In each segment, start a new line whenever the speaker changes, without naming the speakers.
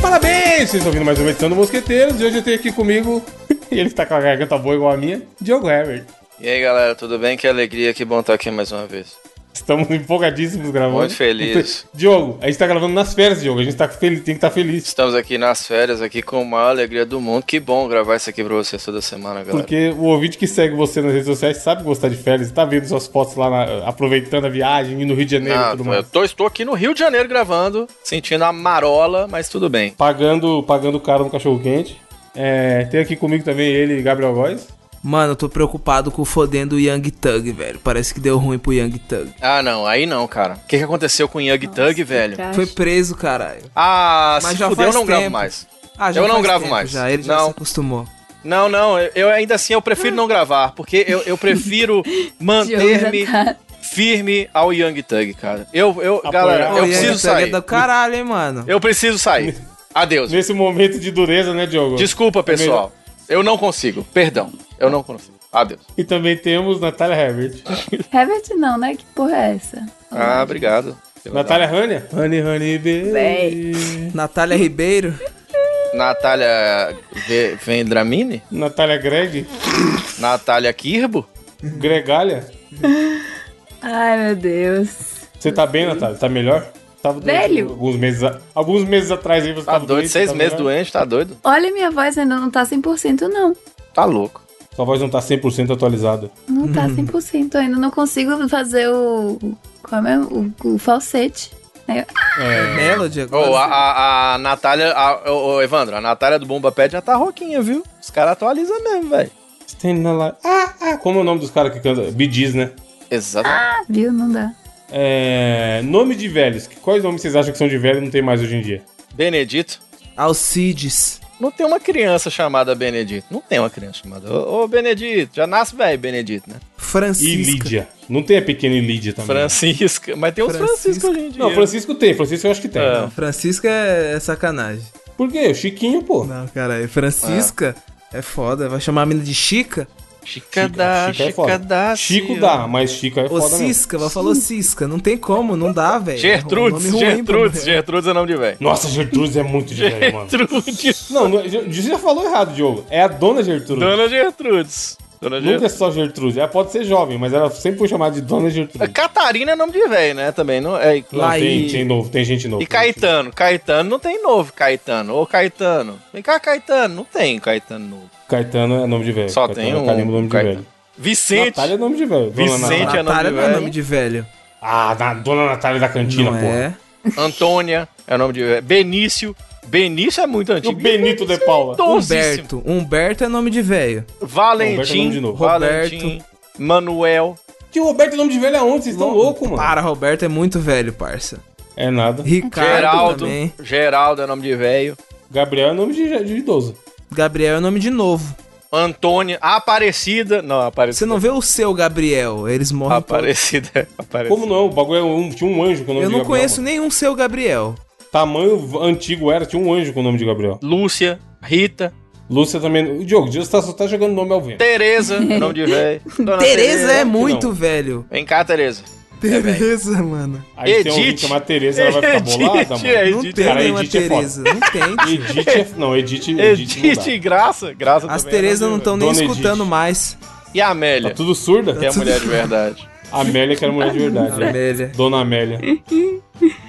Parabéns! Vocês estão ouvindo mais uma edição do Mosqueteiros e hoje eu tenho aqui comigo, e ele está com a garganta boa igual a minha, Diogo Herbert.
E aí galera, tudo bem? Que alegria, que bom estar aqui mais uma vez.
Estamos empolgadíssimos gravando.
Muito felizes.
Diogo, a gente tá gravando nas férias, Diogo. A gente tá feliz, tem que estar feliz.
Estamos aqui nas férias, aqui com a maior alegria do mundo. Que bom gravar isso aqui pra vocês toda semana, galera.
Porque o ouvinte que segue você nas redes sociais sabe gostar de férias, tá vendo suas fotos lá, na- aproveitando a viagem, indo no Rio de Janeiro e
Ah,
tudo
eu
mais.
tô, estou aqui no Rio de Janeiro gravando, sentindo a marola, mas tudo bem.
Pagando, pagando caro no cachorro-quente. É, tem aqui comigo também ele, Gabriel Góes.
Mano, eu tô preocupado com o fodendo Young Thug, velho. Parece que deu ruim pro Young Thug.
Ah, não, aí não, cara. O que, que aconteceu com o Young Thug, velho?
Foi preso, caralho.
Ah,
Mas
se
já
fuder, eu
faz
não gravo
tempo.
mais.
Ah,
Eu não
faz
gravo
tempo
mais.
Já. Ele já
Não.
se acostumou.
Não, não, eu, eu ainda assim eu prefiro não gravar, porque eu, eu prefiro manter-me
Diogo já tá-
firme ao Young Thug, cara. Eu, eu, galera,
Pô,
Ô,
eu
Young
preciso
Thug é
sair.
do caralho, hein, mano.
Eu preciso sair. Adeus.
Nesse momento de dureza, né, Diogo?
Desculpa, pessoal. Eu não consigo. Perdão. Eu não consigo. Adeus.
E também temos Natália Herbert.
Herbert não, né? Que porra é essa?
Ah, obrigado.
Natália Rania? Honey, honey, baby.
Véi.
Natália Ribeiro.
Natália Ve- Vendramini?
Natália Greg?
Natália Kirbo?
Gregalha?
Ai, meu Deus.
Você tá bem, Natália? Tá melhor? Tava doente
Velho.
Alguns meses, a- alguns meses atrás aí você
Tá
tava
doido?
doente,
Seis
tá
meses
melhor?
doente, tá doido?
Olha, minha voz ainda não tá 100% não.
Tá louco.
Sua voz não tá 100% atualizada.
Não tá
Uhum.
100% ainda. Não consigo fazer o... Qual é mesmo? O, o falsete. Aí eu-
É.
Melody
Ô,
agora.
a, a, a Natália. a- ô, ô, Evandro, a Natália do Bomba Pet já tá roquinha, viu? Os caras atualizam mesmo, velho.
Standing alive. Ah, ah, como é o nome dos caras que cantam? Bidiz, né?
Exatamente.
Ah, viu? Não dá.
É, nome de velhos. Que- Quais nomes vocês acham que são de velho e não tem mais hoje em dia?
Benedito.
Alcides.
Não tem uma criança chamada Benedito. Não tem uma criança chamada. Ô, ô Benedito. Já nasce velho, Benedito, né?
E
Francisca.
Lídia. Não tem a pequena Lídia também.
Francisca. Mas tem uns Francisco
Francisca.
hoje em dia.
Não, Francisco tem. Francisco eu acho que tem. né?
É.
Francisca é, é sacanagem.
Por quê? O Chiquinho, pô.
Não, caralho. Francisca é. foda. Vai chamar a mina de Chica?
Chica,
Chica-
dá,
Chica é
Chica,
foda.
dá.
Chico
sim,
dá,
ó.
mas Chico é
Ô,
foda mesmo.
Cisca. Vai falar ô, Cisca. Não tem como. Não dá, velho.
Gertrudes,
É um nome ruim pra
Gertrudes,
mulher.
Gertrudes é nome de velho.
Nossa, Gertrudes é muito de velho, mano.
Gertrudes.
Não, não, você já falou errado, Diogo. É a dona Gertrudes.
Dona Gertrudes. Dona
Nunca é
Gertrudes.
só Gertrudes. Ela pode ser jovem, mas ela sempre foi chamada de Dona Gertrudes.
Catarina é nome de velho, né? Também. Não, é,
Não,
Lá
tem,
e-
tem novo, tem gente nova.
e Caetano. Caetano não tem novo, Caetano. Ô, Caetano. Vem cá, Caetano. Não tem Caetano novo.
Caetano é nome de velho.
Só
Caetano é
tem um.
carimbo nome de
Caetano.
velho.
Vicente.
Natália é nome de velho. Dona
Vicente
Natália.
é nome
Natália
de
não é
velho.
nome de velho.
Ah, na- Dona Natália da Cantina,
Não
porra.
é.
Antônia é nome de velho. Benício. Benício é muito
E o
antigo.
Benito de Paula.
Dozíssimo.
Humberto. Humberto é nome de velho.
Humberto é nome
Valentim.
de novo.
Valentim. Manuel.
Que o Roberto é nome de velho aonde? Vocês estão loucos, mano.
Para, Roberto é muito velho, parça.
É nada.
Ricardo
Geraldo.
também.
Geraldo é nome de velho.
Gabriel é nome de, de idoso.
Gabriel é nome de novo.
Antônia. Aparecida. Não, Aparecida.
Você não vê o seu Gabriel, eles morrem.
Aparecida. Aparecida.
Como não? O bagulho é um, tinha um anjo com o nome
Eu
de Gabriel.
não conheço
mano.
nenhum seu Gabriel.
Tamanho antigo era, tinha um anjo com o nome de Gabriel.
Lúcia, Rita,
Lúcia também. O Diogo, o Diogo tá, só tá jogando nome ao vento.
Tereza, é nome de velho. Dona
Tereza é
não. É,
muito velho.
Vem cá, Tereza.
Tereza, mano.
Aí tem alguém
Edith.
chamado Tereza, ela vai ficar bolada, mano.
É,
Não
Edith,
tem
cara,
nenhuma
Edith é foda.
Tereza. Não tem. tio.
Edith é. Não, Edith. Edith. não dá.
Edith, Graça, Graça
As
também é
Tereza não
nome de
estão nem
Dona
escutando
Edith.
mais.
velho. E a Amélia,
Tá tudo surda?
que é a mulher de verdade.
A Amélia que era mulher de verdade. né?
Amélia.
Dona Amélia.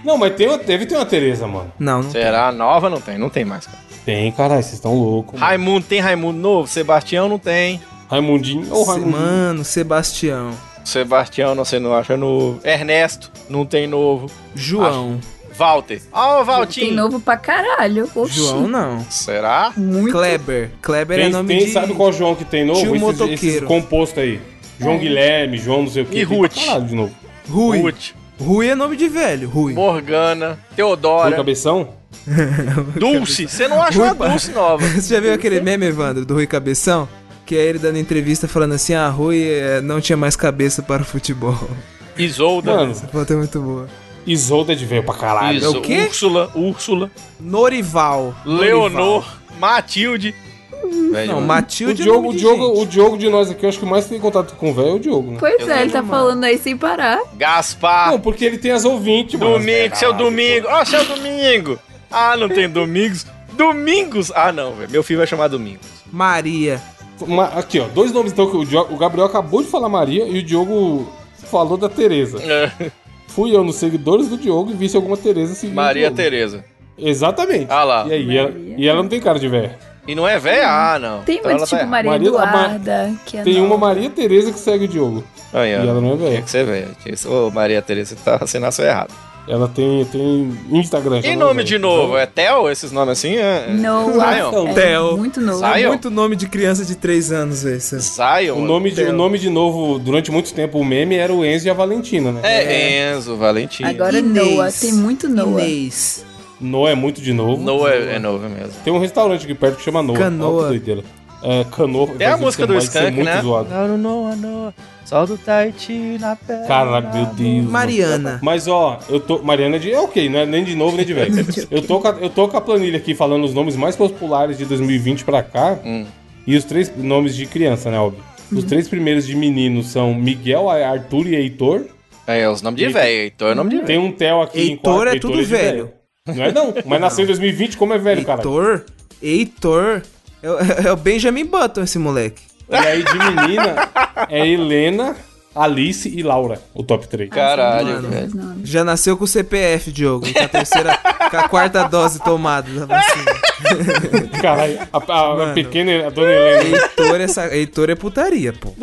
Não, mas tem, uma- deve ter uma Tereza, mano.
Não, não
Será? Nova não tem, não tem mais, cara.
Tem, caralho, vocês estão loucos. mano.
Raimundo, tem Raimundo novo? Sebastião não tem.
Raimundinho ou
tem.
Raimundinho?
Mano, Sebastião.
Sebastião, não sei, não acha novo. Ernesto, não tem novo.
João.
Walter. Ó, o
Tem
Valtinho.
novo pra caralho. Oxi.
João não.
Será?
Muito.
Kleber. Kleber é
Tem,
nome
tem-
de...
sabe qual João que tem novo?
Tio
Esses- esses,
motoqueiro. É.
composto aí. João Guilherme, João não sei o que.
E Ruth.
Caralho, de novo.
Rui. Rui.
Ruth,
é nome de velho. Rui.
Morgana,
Rui
Teodora,
Cabeção?
Dulce. Você não acha uma
Rui,
Dulce nova?
Você já viu aquele meme, Evandro, do Rui Cabeção? Que é ele dando entrevista falando assim, ah, Rui eh, não tinha mais cabeça para o futebol.
Isolda.
Mano,
Essa foto é muito boa.
Isolda é de velho pra caralho.
Iso-
o quê?
Úrsula, Úrsula,
Norival.
Leonor,
Norival.
Matilde.
Não,
O
Matilde é
Diogo,
nome
o,
de
Diogo, o
gente.
Diogo de nós aqui, eu acho que mais tem contato com o velho é o Diogo, né?
Pois
Eu
é, ele tá
lembro,
falando aí sem parar.
Gaspar,
Não, porque ele tem as ouvintes, mano. é
Domingo, seu Domingo. Ó, seu Domingo. Ah, não tem Domingos? Domingos? Ah, não, velho. Meu filho vai chamar Domingos.
Maria.
Ma- Aqui, ó, dois nomes então que o, Dio- o Gabriel acabou de falar Maria e o Diogo falou da Tereza.
É,
Fui eu nos seguidores do Diogo e vi se alguma Tereza seguindo. o
Maria
Diogo.
Tereza.
Exatamente.
Ah lá.
E aí, e ela,
Maria.
e ela não tem cara de velha.
E não é velha? Ah, não.
Tem
Então
muito,
ela tá
tipo, Maria
Maria- a Ma-
Eduarda, que é
Tem uma
nova.
Maria Tereza que segue o Diogo.
Aí, ó.
E ela não é
Tinha
velha.
que ser velha. Tinha que ser- Ô, Maria Tereza, você tá, você nasceu errado.
Ela tem, tem Instagram. já
E
não é
nome
velha.
de novo? É Theo? Esses nomes assim? É... Zion?
Noah. É
Theo.
muito novo.
Zion. Aí, ó.
Muito nome de criança de 3 anos, velho. isso é-
Zion?
O nome, de, o nome de novo, durante muito tempo, o meme era o Enzo e a Valentina, né?
É Enzo, Valentim.
Agora é
Inês.
Noah, tem muito Noah.
Inês.
Noah é muito de novo.
Noah é, é novo mesmo.
Tem um restaurante aqui perto que chama Noah.
Canoa.
Olha que doideira. É, canoa.
Tem a música do
Vai ser
Skank,
muito
né?
zoado.
Não, não, não. Sol do Tahiti na perna.
Caralho, meu Deus.
É. Mariana.
Mas ó, eu tô. Mariana é de. É ok, não é nem de novo nem de velho. eu, tô com a, eu tô com a planilha aqui falando os nomes mais populares de 2020 pra cá.
Hum.
E os três nomes de criança, né, óbvio?
Uhum.
Os três primeiros de menino são Miguel, Arthur e Heitor.
É, é os nomes de velho. Heitor é nome
Ah,
de velho.
Tem um Theo aqui em
Heitor é tudo
de
velho.
Não é não, mas nasceu em 2020, como é velho, cara?
Heitor? Heitor? É, o- é o Benjamin Button esse moleque.
E aí de menina é Helena, Alice e Laura, o top 3.
Caralho,
Mano.
velho.
Os nomes.
Já nasceu com o CPF, Diogo. Com a terceira. com a quarta dose tomada da vacina.
Caralho, a, a- a
Mano.
pequena, a dona Helena.
Heitor é, sa- Heitor é putaria, pô.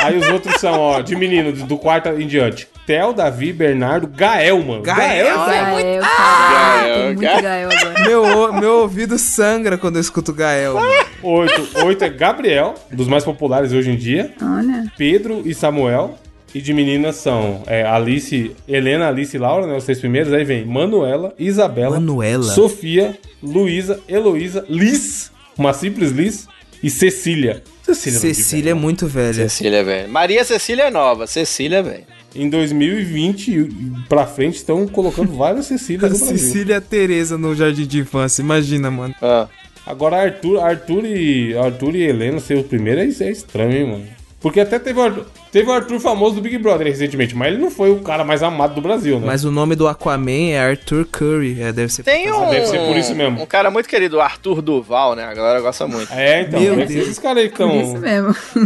Aí os outros são, ó, de menino, do, do quarto em diante. Theo, Davi, Bernardo, Gael, mano.
Gael, tá?
velho.
Gael,
é
né? caralho,
Ah! Gael,
tem muito
Gael.
Gael agora.
Meu, o- meu ouvido sangra quando eu escuto Gael. mano.
Oito, oito é Gabriel, dos mais populares hoje em dia.
Olha.
Pedro e Samuel. E de meninas são é, Alice, Helena, Alice e Laura, né? Os três primeiros. Aí vem Manuela, Isabela,
Manuela.
Sofia, Luísa, Heloísa, Liz, uma simples Liz, e Cecília. Cecília, não é de
Cecília é
velho.
muito velha.
Cecília, velho. Maria Cecília é nova. Cecília, velho.
Em 2020 e pra frente estão colocando várias Cecílias
A
no é Brasil.
Cecília Tereza no jardim de infância, imagina, mano.
Ah.
Agora Arthur, Arthur e Arthur e Helena ser o primeiro é, é estranho, hein, mano. Porque até teve o, Arthur, teve o Arthur famoso do Big Brother recentemente, mas ele não foi o cara mais amado do Brasil, né?
Mas o nome do Aquaman é Arthur Curry, é, deve ser.
Tem um.
deve ser por isso mesmo.
Um cara muito querido, Arthur Duval, né? A galera gosta muito.
É, então,
Meu
deve ser
Deus.
esses caras aí que
Por isso
estão.
mesmo.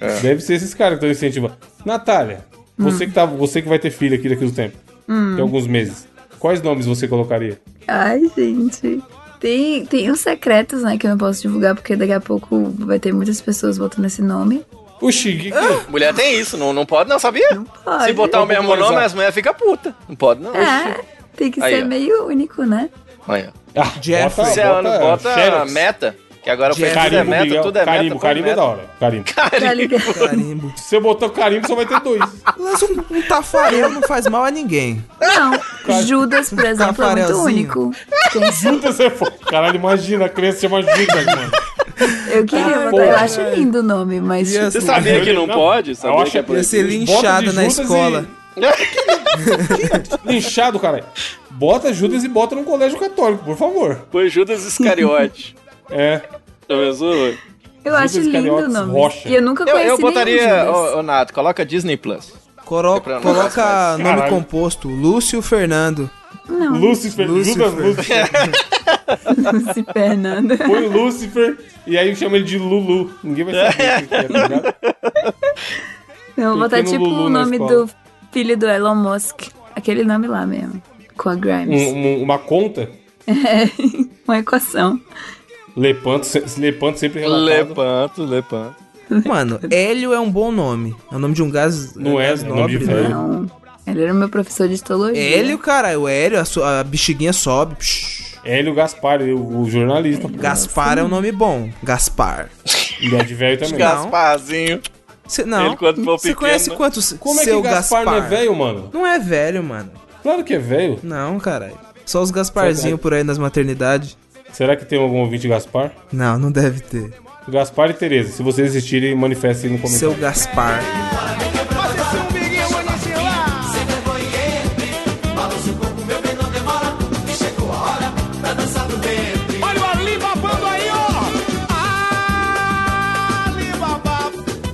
É.
Deve ser esses caras que estão incentivando. Natália,
Hum.
você, que tá, você que vai ter filho aqui daqui do tempo. Tem alguns meses. Quais nomes você colocaria?
Ai, gente. Tem, tem os secretos, né, que eu não posso divulgar, porque daqui a pouco vai ter muitas pessoas votando esse nome.
Oxi, que, que-
Ah!
Mulher tem isso, não, não pode, não, sabia?
Não pode.
Se botar o mesmo
popularizar.
nome, as mulheres ficam puta. Não pode, não.
É, tem que
Aí,
ser
ó.
meio único, né?
Aí, ó.
Ah,
Jeffrey.
Você bota, bota
Xerox.
meta, que agora foi tudo é
Carimbo,
meta,
Miguel.
tudo é
carimbo,
meta. tudo
carimbo é
meta.
da hora. Carimbo.
Tá ligado?
Carimbo.
Se eu botar o carimbo, só vai ter dois.
Lança um, um tafarel, não faz mal a ninguém.
Não, Judas, por exemplo, é muito
Tafarelzinho.
único. Tem-
Junta você for. Caralho, imagina, a criança chama Judas, mano.
Eu queria
porra,
botar, eu acho lindo o nome, mas...
Ia
Você sabia É que não
Não.
pode? Sabia
Eu acho
que é
que-
por
ia
isso?
ser linchada
Bota de
na
Judas
escola.
Linchado, caralho. Bota Judas e bota num colégio católico, por favor.
Foi Judas Iscariote.
É.
Já pensou? Eu,
Eu acho lindo o
Iscariotes
nome.
Rocha.
E eu nunca
eu
conheci nenhum
botaria,
Judas.
ô, ô, Nato, coloca Disney Plus.
Coro-
É pra não
coloca
gastar
nome
mais. Caralho.
composto, Lúcio Fernando.
Lúcifer,
Ah. Lúcifer.
Judas Lúcifer.
Se Fernanda.
Põe o Lúcifer e aí chama ele de Lulu. Ninguém vai saber o que é, tá ligado?
Eu vou botar
Pequeno
tipo
Lulu
o
na
nome
escola.
do filho do Elon Musk. Aquele nome lá mesmo. Com a Grimes.
Um- um- uma conta.
É,
Um-
uma equação.
Lepanto, se- Lepanto sempre relatado.
Lepanto, lepanto.
Mano, Hélio é um bom nome. É o nome de um gás.
Não é
gás né?
nome de velho.
Então, ele era meu professor de histologia.
Hélio, caralho, o Hélio, a, sua- a bexiguinha sobe. Psh.
Hélio Gaspar, o, o jornalista.
Gaspar é um nome bom. Gaspar.
E é de velho também.
Gasparzinho.
Cê, não.
Ele, quando for
Você
pequeno,
conhece
né?
quantos
Como é que
seu
Gaspar, não é velho, mano?
Não é velho, mano.
Claro que é velho.
Não, caralho. Só os Gasparzinho por aí nas maternidades.
Será que tem algum ouvinte Gaspar?
Não, não deve ter.
Gaspar e Tereza, se vocês existirem, manifestem aí no comentário.
Seu Gaspar.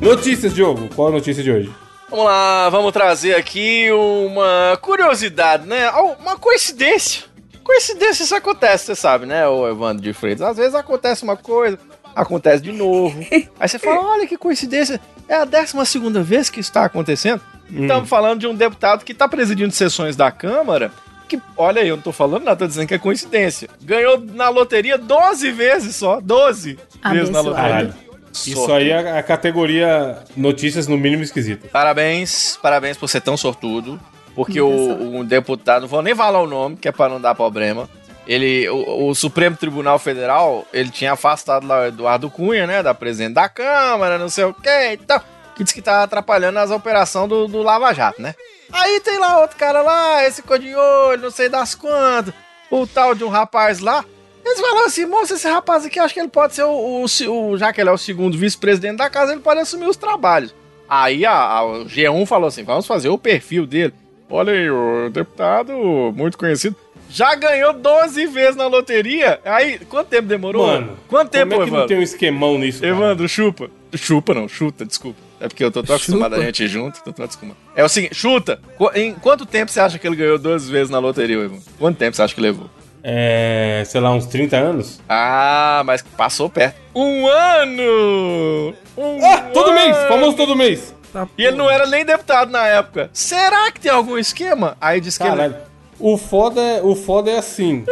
Notícias, Diogo. Qual a notícia de hoje?
Vamos lá, vamos trazer aqui uma curiosidade, né? Uma coincidência. Coincidência isso acontece, você sabe, né, o Evandro de Freitas? Às vezes acontece uma coisa, acontece de novo. Aí você fala, olha que coincidência, é a 12 segunda vez que isso está acontecendo. Estamos falando de um deputado que está presidindo sessões da Câmara, que, olha aí, eu não tô falando nada, tô dizendo que é coincidência. Ganhou na loteria 12 vezes só, 12 vezes na
Abençoado.
loteria.
Caralho. Isso aí é a categoria notícias no mínimo esquisitas.
Parabéns, parabéns por ser tão sortudo. Porque o,
Olha só.
um deputado, não vou nem falar o nome, que é pra não dar problema. Ele, o, o Supremo Tribunal Federal, ele tinha afastado lá o Eduardo Cunha, né? Da presidente da Câmara, não sei o quê e tal. Que disse que tá atrapalhando as operações do, do Lava Jato, né? Aí tem lá outro cara lá, esse cor de olho, não sei das quantas. O tal de um rapaz lá. Eles falaram assim, moço, esse rapaz aqui, acho que ele pode ser o, o se- o- Já que ele é o segundo vice-presidente da casa, ele pode assumir os trabalhos. Aí a, a- o G1 falou assim: vamos fazer o perfil dele. Olha aí, o deputado muito conhecido. Já ganhou 12 vezes na loteria. Aí, quanto tempo demorou?
Mano,
quanto tempo,
Como é que não
Evandro?
tem um esquemão nisso? cara?
Evandro, chupa. Chupa não, chuta, desculpa. É porque eu tô tão acostumado a
Chupa.
gente ir junto, tô tão acostumado. É o seguinte, chuta. Qu- Em quanto tempo você acha que ele ganhou 12 vezes na loteria, Evandro? Quanto tempo você acha que levou?
É, sei lá, uns 30 anos?
Ah, mas passou perto. Um ano! Um
Ah, todo
ano!
mês! Famoso todo mês!
Tá,
E ele não era nem deputado na época. Será que tem algum esquema? Aí diz que ele...
Caralho. O foda, é- o foda é assim.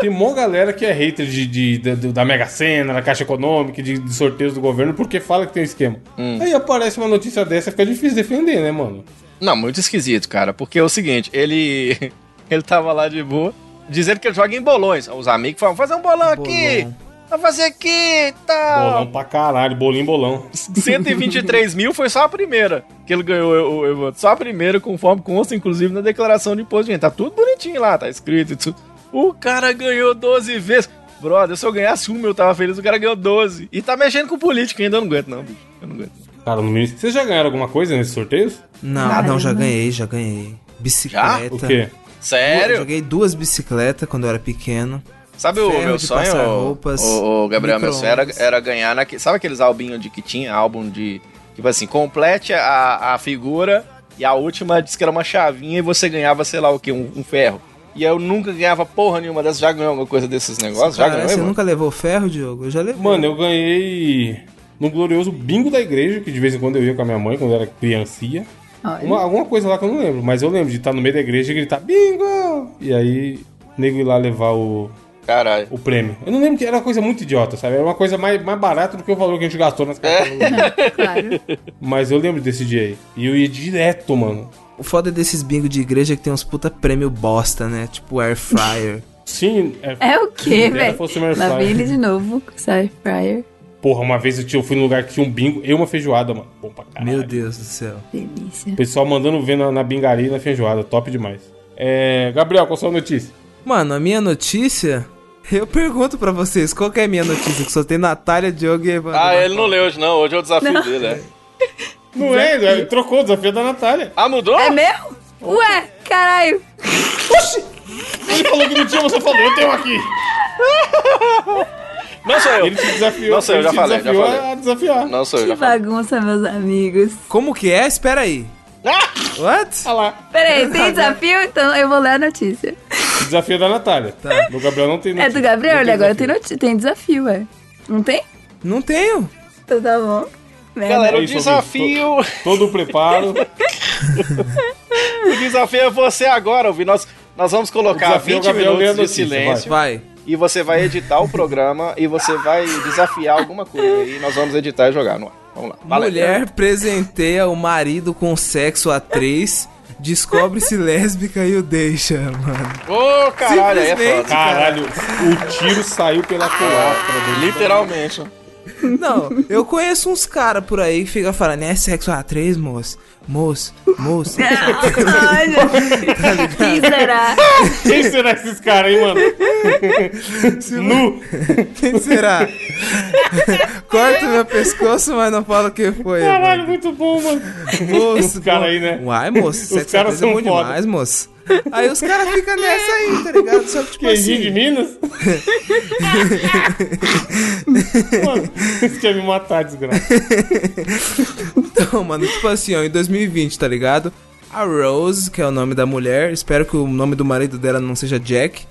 Tem mó galera que é hater de, de- da- da Mega Sena, da Caixa Econômica, de, de sorteios do governo, porque fala que tem esquema. Aí aparece uma notícia dessa, fica difícil defender, né, mano?
Não, muito esquisito, cara. Porque é o seguinte, ele... ele tava lá de boa, dizendo que ele joga em bolões. Os amigos falam, fazer um bolão, aqui,
Bolão.
vamos fazer aqui e tal.
Bolão pra caralho, bolinho, bolão.
123 mil foi só a primeira que ele ganhou, o Evandro. Só a primeira, conforme consta, inclusive, na declaração de imposto de renda. Tá tudo bonitinho lá, tá escrito e tudo. O cara ganhou 12 vezes. Brother, se eu ganhasse uma, eu tava feliz. O cara ganhou 12. E tá mexendo com política ainda. Eu não aguento, não, bicho. Eu não aguento.
Cara, no mínimo. Vocês já ganharam alguma coisa nesses sorteios?
Não,
Caramba.
não, já
é.
ganhei, já ganhei. Bicicleta.
O quê?
Eu
Sério?
joguei duas bicicletas quando eu era pequeno.
Sabe o
Ferro
meu
de passar
sonho,
roupas,
o, Gabriel, meu sonho era,
micro-ondas.
era ganhar naquele... Sabe aqueles albinhos de que tinha? Álbum de... Tipo assim, complete a, a figura e a última diz que era uma chavinha e você ganhava, sei lá o que, um, um ferro. E eu nunca ganhava porra nenhuma dessas. Já ganhou alguma coisa desses negócios? Já
Cara,
ganhou,
você
irmão?
nunca levou ferro, Diogo? Eu já levei.
Mano, eu ganhei no glorioso bingo da igreja, que de vez em quando eu ia com a minha mãe quando eu era criancinha.
Olha.
Uma- alguma coisa lá que eu não lembro, mas eu lembro de estar no meio da igreja e gritar bingo! E aí, o nego ir lá levar o,
Caralho.
o prêmio. Eu não lembro que era uma coisa muito idiota, sabe? Era uma coisa mais, mais barata do que o valor que a gente gastou
É.
nas cartas.
Claro.
Mas eu lembro desse dia aí. E eu ia direto, mano.
O foda desses bingos de igreja é que tem uns puta prêmio bosta, né? Tipo air fryer.
Sim, é-
É o quê,
Se der,
velho?
fosse uma air
Lá
fryer.
vem ele de novo, com essa air fryer.
porra, uma vez eu, tinha- eu fui num lugar que tinha um bingo e uma feijoada, mano. Bom pra caralho.
Meu Deus do céu.
Delícia.
O pessoal mandando ver na, na bingaria e na feijoada. Top demais. É, Gabriel, qual a sua notícia?
Mano, a minha notícia. Eu pergunto pra vocês, qual que é a minha notícia? Que só tem Natália, Diogo e Evandro. né?
Ah, ele não leu hoje, não. Hoje é o desafio dele, é.
Não é, ele trocou o desafio da Natália.
Ah, mudou?
É meu? Ué, caralho.
Ele falou que não tinha, você falou, eu tenho aqui.
Não sou eu.
Ele te desafiou.
Não sei, eu
ele
já
te
falei, já
desafiou
falei.
a desafiar.
Não sou eu,
Que
já falei.
bagunça, meus amigos.
Como que é? Espera aí.
Ah,
What?
Olha lá.
Peraí, tem desafio? Então eu vou ler a notícia.
Desafio da Natália. Tá. Do Gabriel não tem
É
notícia.
do Gabriel,
Não
olha, agora tem,
desafio.
noti- tem desafio, ué. Não tem?
Não tenho.
Então tá bom. Merda.
Galera,
É
o
isso,
desafio...
Todo o preparo.
O desafio é você agora, ouvir. Nós, nós vamos
O
colocar
desafio é o
20
Gabriel ler a
minutos de
notícia,
silêncio
Vai.
e você vai editar o programa e você vai desafiar alguma coisa. E nós vamos editar e jogar no ar. Vamos lá. Valendo.
Mulher presenteia o marido com sexo a três, descobre-se lésbica e o deixa, mano.
Ô, caralho, aí é
Simplesmente.
foda.
Caralho, o tiro saiu pela
Ah.
culatra. dele.
Literalmente.
Não, eu conheço uns caras por aí que fica falando, é sexo a três, moço? Moço, moço. Tá
Olha, quem será?
Quem será esses caras, hein, mano? nu.
Quem será? Corta meu pescoço, mas não fala quem foi.
Caralho, muito bom, mano.
mano. moço.
os cara
pô.
aí, né?
Uai, moço, sexo a
caras
três é
são
bom
foda.
demais, moço. Aí os caras ficam nessa aí, tá ligado? Só que tipo
Queijinho de
assim...
Minas? mano, isso quer me matar, desgraça.
Então, mano, tipo assim, ó, em 2020, tá ligado? A Rose, que é o nome da mulher, espero que o nome do marido dela não seja Jack.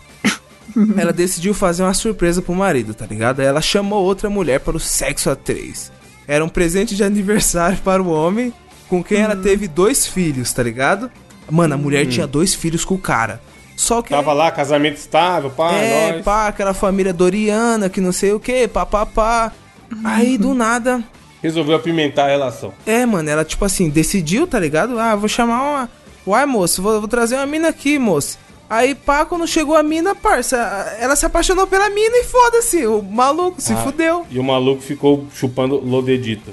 ela decidiu fazer uma surpresa pro marido, tá ligado? Aí Ela chamou outra mulher para o sexo a três. Era um presente de aniversário para o homem, com quem
Hum.
ela teve dois filhos, tá ligado? Mano, a mulher tinha dois filhos com o cara. Só que
Tava lá, casamento estável, pá,
é,
nós.
pá, aquela família Doriana, que não sei o que, pá, pá, pá.
Hum.
Aí do nada,
Resolveu apimentar a relação.
é, mano, ela tipo assim, decidiu, tá ligado? Ah, vou chamar uma. Uai, moço, vou, vou trazer uma mina aqui, moço. Aí, pá, quando chegou a mina, parça, ela se apaixonou pela mina e foda-se, o maluco se fudeu.
E o maluco ficou chupando lodedita.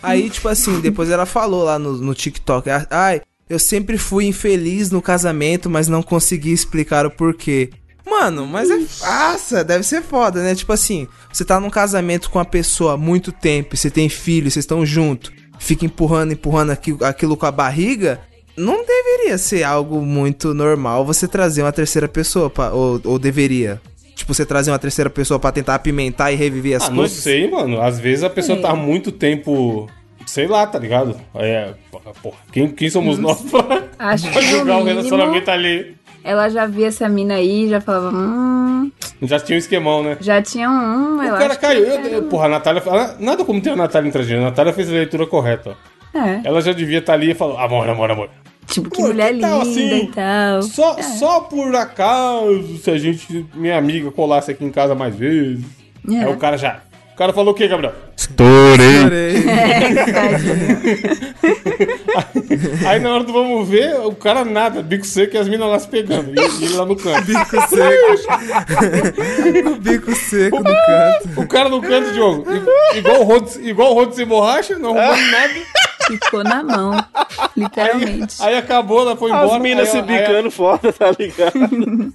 Aí, tipo assim, depois ela falou lá no, no TikTok, ah, ai, eu sempre fui infeliz no casamento, mas não consegui explicar o porquê. Mano, mas é faça, deve ser foda, né? Tipo assim, você tá num casamento com uma pessoa há muito tempo, você tem filho, vocês estão junto, fica empurrando, empurrando aqui- aquilo com a barriga, não deveria ser algo muito normal você trazer uma terceira pessoa, pra, ou, ou deveria? Tipo, você trazer uma terceira pessoa pra tentar apimentar e reviver as
Ah, não
coisas?
sei, mano. Às vezes a pessoa
É.
tá há muito tempo. Sei lá, tá ligado? É. Porra, quem, quem somos nós pra,
Hum. Acho
pra
que no
julgar o
mínimo,
relacionamento ali?
ela já via essa mina aí, já falava, hum,
Já tinha um esquemão, né?
já tinha um,
O
ela
cara caiu. Eu, eu- porra, a Natália. ela- nada como ter a Natália intransigente. A Natália fez a leitura correta.
É,
Ela já devia estar ali e falar: amor, amor, amor.
tipo, que
Pô,
mulher
que tal
linda
assim?
e tal.
Só, só por acaso, se a gente, minha amiga, colasse aqui em casa mais vezes.
É.
Aí o cara já. O cara falou o quê, Gabriel?
Adorei.
Aí na hora do vamos ver, o cara nada, bico seco e as minas lá se pegando. E ele lá no canto.
Bico seco. o bico seco do canto.
O cara no canto, Diogo. i- Igual o Rhodes, igual o Rhodes sem borracha, não roubando nada.
Ficou na mão, literalmente.
Aí acabou, ela foi embora.
As minas
aí,
se
aí- aí,
bicando foda, tá ligado?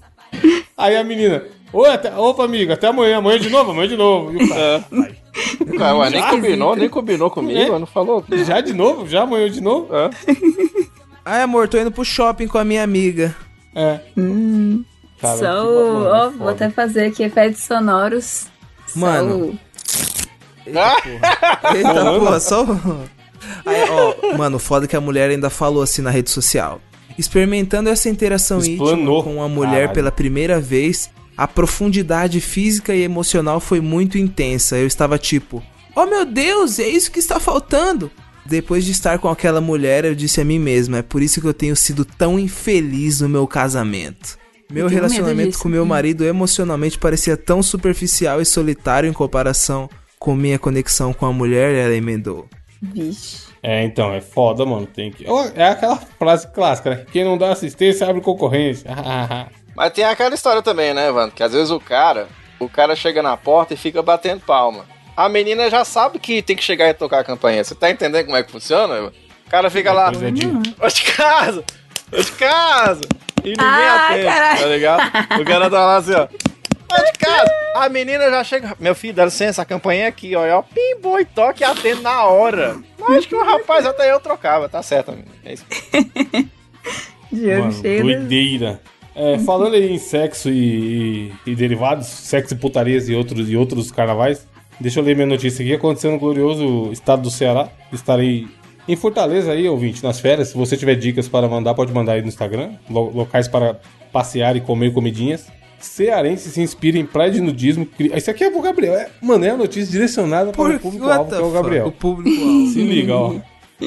a menina. "Oi, até- opa, amiga, até amanhã. Amanhã de novo, amanhã de novo. E o cara,
Ué, ué, nem combinou, nem combinou comigo, não falou.
É.
já de novo? Já amanhã de novo?
Ai, amor, tô indo pro shopping com a minha amiga.
É. Cara, que
Só
bagulho
o. Ó,
foda.
vou até fazer aqui efeitos sonoros. Só
Mano.
o-
Eita, porra, só. o- Aí, ó, mano, o foda é que a mulher ainda falou assim na rede social. Experimentando essa interação
Explanou.
íntima com uma mulher
Caralho.
pela primeira vez, a profundidade física e emocional foi muito intensa. Eu estava tipo, oh meu Deus, é isso que está faltando. Depois de estar com aquela mulher, eu disse a mim mesma, é por isso que eu tenho sido tão infeliz no meu casamento. Meu
Eu tenho medo
relacionamento
disso. hum.
com meu marido emocionalmente parecia tão superficial e solitário em comparação com minha conexão com a mulher, ela emendou.
Vixe.
É, então, é foda, mano. Tem que. Ó, É aquela frase clássica, né? Quem não dá assistência abre concorrência.
Mas tem aquela história também, né, Evandro? Que às vezes o cara, o cara chega na porta e fica batendo palma. A menina já sabe que tem que chegar e tocar a campainha. Você tá entendendo como é que funciona, Evandro? O cara fica lá,
Coisa de-
ô de casa, ô de casa. E ninguém
Ah,
atende,
caralho.
tá ligado? O cara tá lá assim, ó. Ô de casa. A menina já chega, meu filho, dá licença, a campainha é aqui, ó. E ó, pim, boi, toque e atende na hora. Acho que o rapaz até eu trocava, tá certo, amigo. É isso.
Diogo
Mano,
cheio. das-
doideira. É, falando aí em sexo e, e- e derivados, sexo e putarias e outros, e outros carnavais, deixa eu ler minha notícia aqui. Aconteceu no glorioso estado do Ceará. Estarei em Fortaleza aí, ouvinte, nas férias. Se você tiver dicas para mandar, pode mandar aí no Instagram. Lo- locais para passear e comer comidinhas. Cearense se inspira em praia de nudismo. cri- Isso aqui é pro Gabriel. É, mano, é uma notícia direcionada para o público-alvo, que é o Gabriel.
O público
Se liga, ó.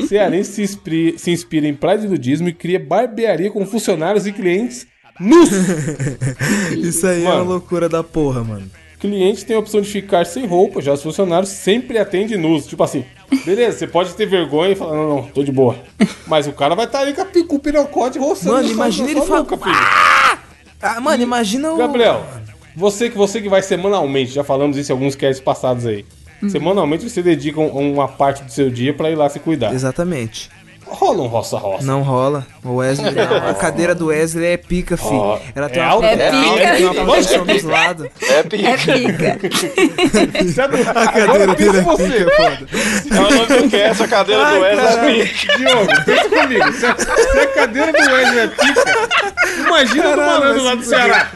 Cearense se inspira, se inspira em praia de nudismo e cria barbearia com funcionários e clientes nus.
Isso aí é
Mano.
uma loucura da porra, mano.
Cliente tem a opção de ficar sem roupa, já os funcionários sempre atendem nus. Tipo assim, beleza, você pode ter vergonha e falar, não, não, tô de boa. Mas o cara vai estar tá ali com a picu, o pirocote roçando.
Mano,
sua-
imagina
sua
ele falar,
nuca, filho.
Ah, mano, imagina o.
Gabriel, você que você que vai semanalmente, já falamos isso em alguns casts passados aí.
Hum.
Semanalmente você dedica um- uma parte do seu dia pra ir lá se cuidar.
Exatamente.
Rola um roça-roça.
Não rola. O Wesley não. A cadeira do Wesley é pica, fi.
Ó,
Ela tem
é
uma
alta,
É pica.
ela tem uma
É
proteção
pica.
dos lados.
É
É
pica.
pica.
A cadeira é pensa você.
É o nome do cast, a cadeira do Wesley.
Diogo, pensa comigo. Se a, se a cadeira do Wesley é pica, Imagina o
Caramba,
malandro lá do
esse-
Ceará.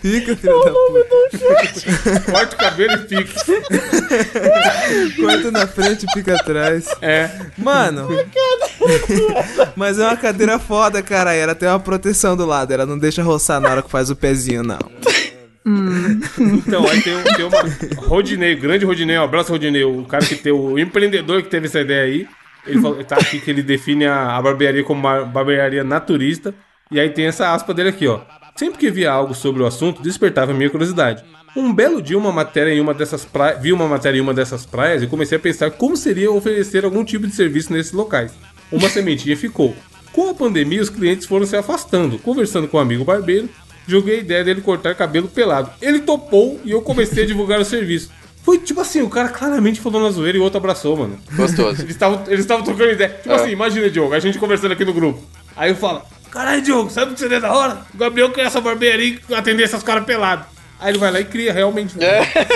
Fica, filho da puta.
Corta o cabelo e fica.
Corta na frente e fica atrás.
É.
Mano. Mas é uma cadeira foda, cara. Ela tem uma proteção do lado. Ela não deixa roçar na hora que faz o pezinho, não.
Então, aí tem, um- tem uma. Rodinei, o grande Rodinei, um abraço, Rodinei. O cara que tem, o empreendedor que teve essa ideia aí. Ele falou, tá aqui que ele define a, a barbearia como uma barbearia naturista. E aí tem essa aspa dele aqui, ó. Sempre que via algo sobre o assunto, despertava minha curiosidade. Um belo dia, uma matéria em uma dessas praias, vi uma matéria em uma dessas praias e comecei a pensar como seria oferecer algum tipo de serviço nesses locais. Uma sementinha ficou. Com a pandemia, os clientes foram se afastando. Conversando com um amigo barbeiro, Joguei a ideia dele cortar cabelo pelado. Ele topou e eu comecei a divulgar o serviço. Foi tipo assim, o cara claramente falou na zoeira e o outro abraçou, mano.
Gostoso.
Eles estavam eles estavam trocando ideia. Tipo assim, imagina, Diogo, a gente conversando aqui no grupo. Aí eu falo, caralho, Diogo, sabe o que seria da hora? O Gabriel quer essa barbearia e atender esses caras pelados. Aí ele vai lá e cria realmente. um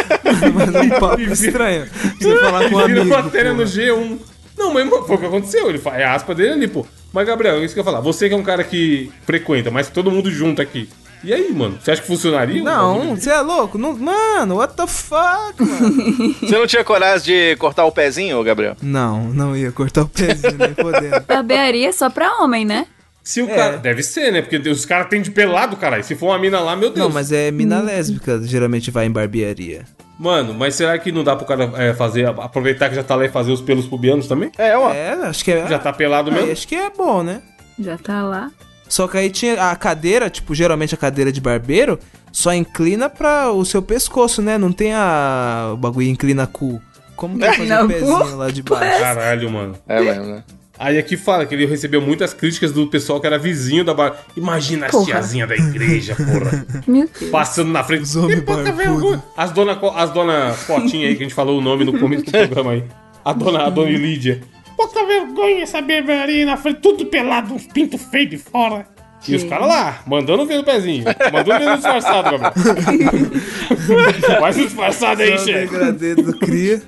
Mas é um papo estranho. Você falar com um
Vira
amigo.
matéria
pô.
no G1. Não, mas foi o que aconteceu. Ele faz é a aspa dele ali, pô. Mas, Gabriel, é isso que eu ia falar. Você que é um cara que frequenta, mas todo mundo junto aqui. E aí, mano? Você acha que funcionaria? um
Não, você é louco? Não, mano, what the fuck, mano?
Você não tinha coragem de cortar o pezinho, ô Gabriel?
Não, não ia cortar o pezinho, nem podendo.
Barbearia é só pra homem, né?
Se o
É.
cara. Deve ser, né? Porque os caras têm de pelado, caralho. Se for uma mina lá, meu Deus.
Não, mas é mina lésbica, geralmente vai em barbearia.
Mano, mas será que não dá pro cara é, fazer. Aproveitar que já tá lá e fazer os pelos pubianos também?
É, ó.
É, acho que é.
Já tá pelado
aí
mesmo?
acho que é bom, né?
Já tá lá.
Só que aí tinha a cadeira, tipo, geralmente a cadeira de barbeiro só inclina pra o seu pescoço, né? Não tem a o bagulho inclina cu. Como que é fazer
Não,
um
cu?
pezinho lá de baixo?
Caralho, mano.
É mesmo, né?
Aí aqui fala que ele recebeu muitas críticas do pessoal que era vizinho da bar. Imagina as
Porra.
tiazinha da igreja, porra.
Meu Deus.
Passando na frente.
homem
Que pouca
barbudo.
vergonha. As dona, co- as dona Fotinha aí, que a gente falou o nome no começo do programa aí. A dona, a dona Lídia. Pouca vergonha essa beberia na frente, tudo pelado, uns pinto feio de fora. E os caras lá, mandando ver no pezinho. Mandando ver no disfarçado, Gabriel. Faz o disfarçado aí,
Só o
chefe.
degradê do cria.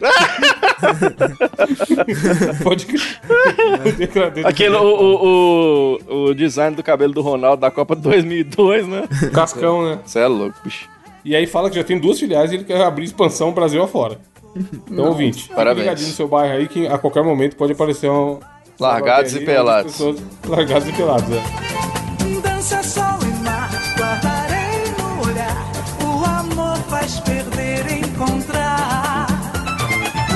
Pode crer. Degradê do
Aquele, o, o, o, o design do cabelo do Ronaldo da Copa 2002, né?
Cascão, né?
Você é louco, bicho.
E aí fala que já tem duas filiais e ele quer abrir expansão Brasil afora. Então, ouvinte,
Parabéns.
ligadinho no seu bairro aí que a qualquer momento pode aparecer um.
Largados e
uma
pelados.
barbearia onde as pessoas- Largados e pelados, é.
Dança sol e mar, guardarei no olhar. O amor faz perder, encontrar.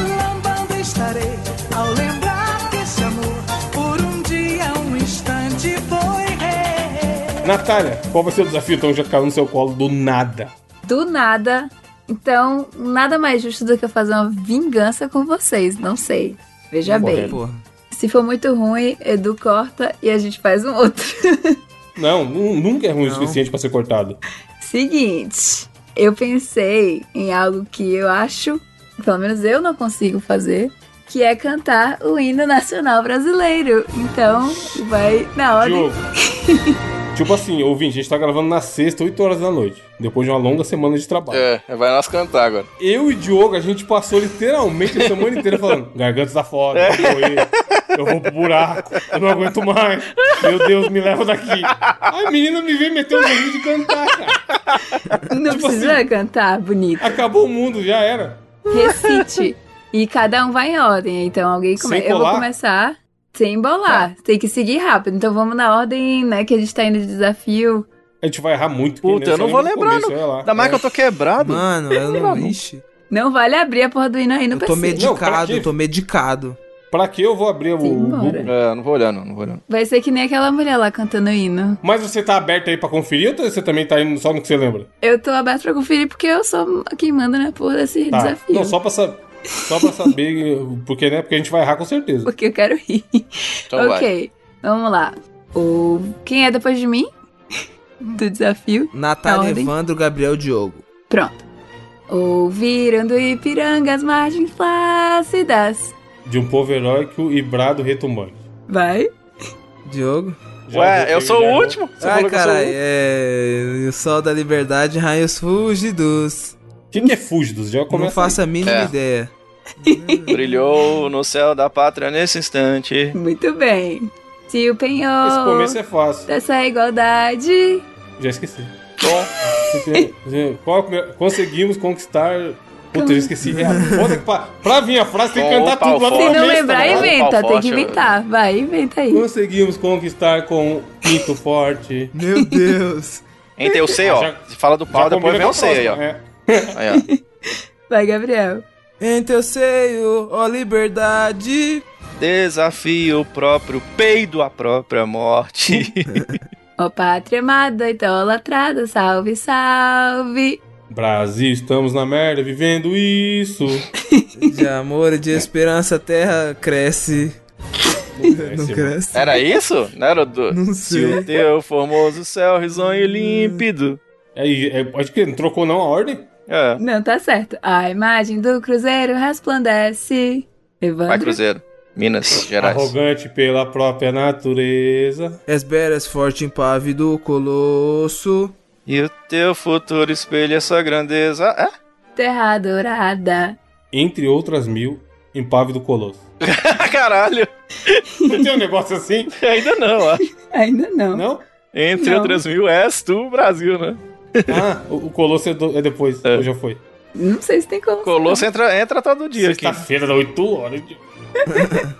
Lambando estarei ao lembrar que esse amor, por um dia, um instante foi rei.
Natália, qual vai ser o desafio? Então já caiu no seu colo do nada.
Do nada. Então, nada mais justo do que eu fazer uma vingança com vocês. Não sei. Veja
Tá
bem.
Porra.
Se for muito ruim, Edu corta e a gente faz um outro.
Não, nu- nunca é ruim o suficiente pra ser cortado.
Seguinte, eu pensei em algo que eu acho, pelo menos eu não consigo fazer, que é cantar o hino nacional brasileiro. Então, vai na ordem.
Diogo. tipo assim, ouvinte, a gente tá gravando na sexta, 8 horas da noite. Depois de uma longa semana de trabalho.
É, vai nós cantar agora.
Eu e o Diogo, a gente passou literalmente a semana inteira falando: garganta tá foda,
É.
eu vou correr, eu vou pro buraco, eu não aguento mais, meu Deus, me leva daqui. A menina me veio meter um desafio de cantar, cara.
Não
Tipo
precisa cantar bonito.
Acabou o mundo, já era.
Recite. E cada um vai em ordem. Então, alguém começa.
Sem Tá.
Eu vou
colar?
começar sem embolar. Tem que seguir rápido. Então, vamos na ordem, né? Que a gente tá indo de desafio.
A gente vai errar muito. que
Puta,
nem
eu não
saiu
vou
no
lembrar,
começo, olha
não.
lá.
Ainda mais que eu tô quebrado.
Mano, eu não. Ixi.
Não vale abrir a porra do hino aí no
Eu tô
PC.
Não, pra
medicado,
quê?
eu tô medicado.
É. Pra que eu vou abrir o.
Simbora.
Google?
É, não vou olhar, não, não vou olhar. não.
Vai ser que nem aquela mulher lá cantando o hino.
Mas você tá aberto aí pra conferir ou você também tá indo só no que você lembra?
Eu tô aberto pra conferir porque eu sou quem manda na porra desse
Tá.
desafio.
Não, só pra, sa- só pra saber, porque, né? Porque a gente vai errar com certeza.
Porque eu quero rir.
Então
ok, vamos lá. O... Quem é depois de mim? Do desafio?
Natália,
ordem.
Evandro, Gabriel, Diogo.
Pronto. Ouviram do Ipiranga as margens flácidas.
De um povo heróico e brado retumbante.
Vai.
Diogo?
vai. Ué, eu sou o
último.
último? Você
Ai,
falou que eu sou um? o
caralho,
último?
é. O sol da liberdade, raios fugidos.
O que, que é Fúgidos? Já começa.
Não faço a mínima
É.
ideia.
Brilhou no céu da pátria nesse instante.
Muito bem. Se o penhor
Esse começo é fácil.
dessa igualdade.
Já esqueci. Qual é o primeiro- Conseguimos conquistar. Puta, eu esqueci. É, foda que pra, pra vir a frase tem que
Com
cantar
o é pau
tudo lá no
forte.
Se não
começo, tá
lembrar,
ligado?
ligado?
né?
inventa. Tem que
Pau forte,
inventar. Vai, inventa aí.
Conseguimos conquistar com pinto forte.
Meu Deus.
Entre o C, ó.
Já-
Você fala do pau,
Já
depois
combina
vem
com
o
a
C aí, ó.
próxima, é.
né? Aí,
Vai, Gabriel.
Em teu seio, ó liberdade.
ó. Desafio o próprio peido à própria morte.
Ó pátria amada, idolatrada, salve, salve.
Brasil, estamos na merda vivendo isso.
De amor e de esperança, a terra cresce.
é
Não cresce?
Era isso? Não era o do...
Não
é. Se
sei.
o teu formoso céu risonho e límpido.
Aí, é, acho que não trocou não a ordem.
É.
Não, tá certo. A imagem do cruzeiro resplandece.
Vai,
Evandro.
Cruzeiro. Minas Gerais.
Arrogante pela própria natureza.
És beras forte, impávido, colosso.
E o teu futuro espelha sua grandeza. É?
Terra dourada.
Entre outras mil, impávido colosso.
Caralho!
Não tem um negócio assim?
Ainda não, ó.
Ainda não.
Não?
Entre
Não.
outras mil, és tu, Brasil, né?
Ah, o o colosso é, do- é depois.
É.
Ou já foi.
Não, sei se tem como.
Colosso entra, entra todo dia aqui.
Sexta-feira, da 8 horas.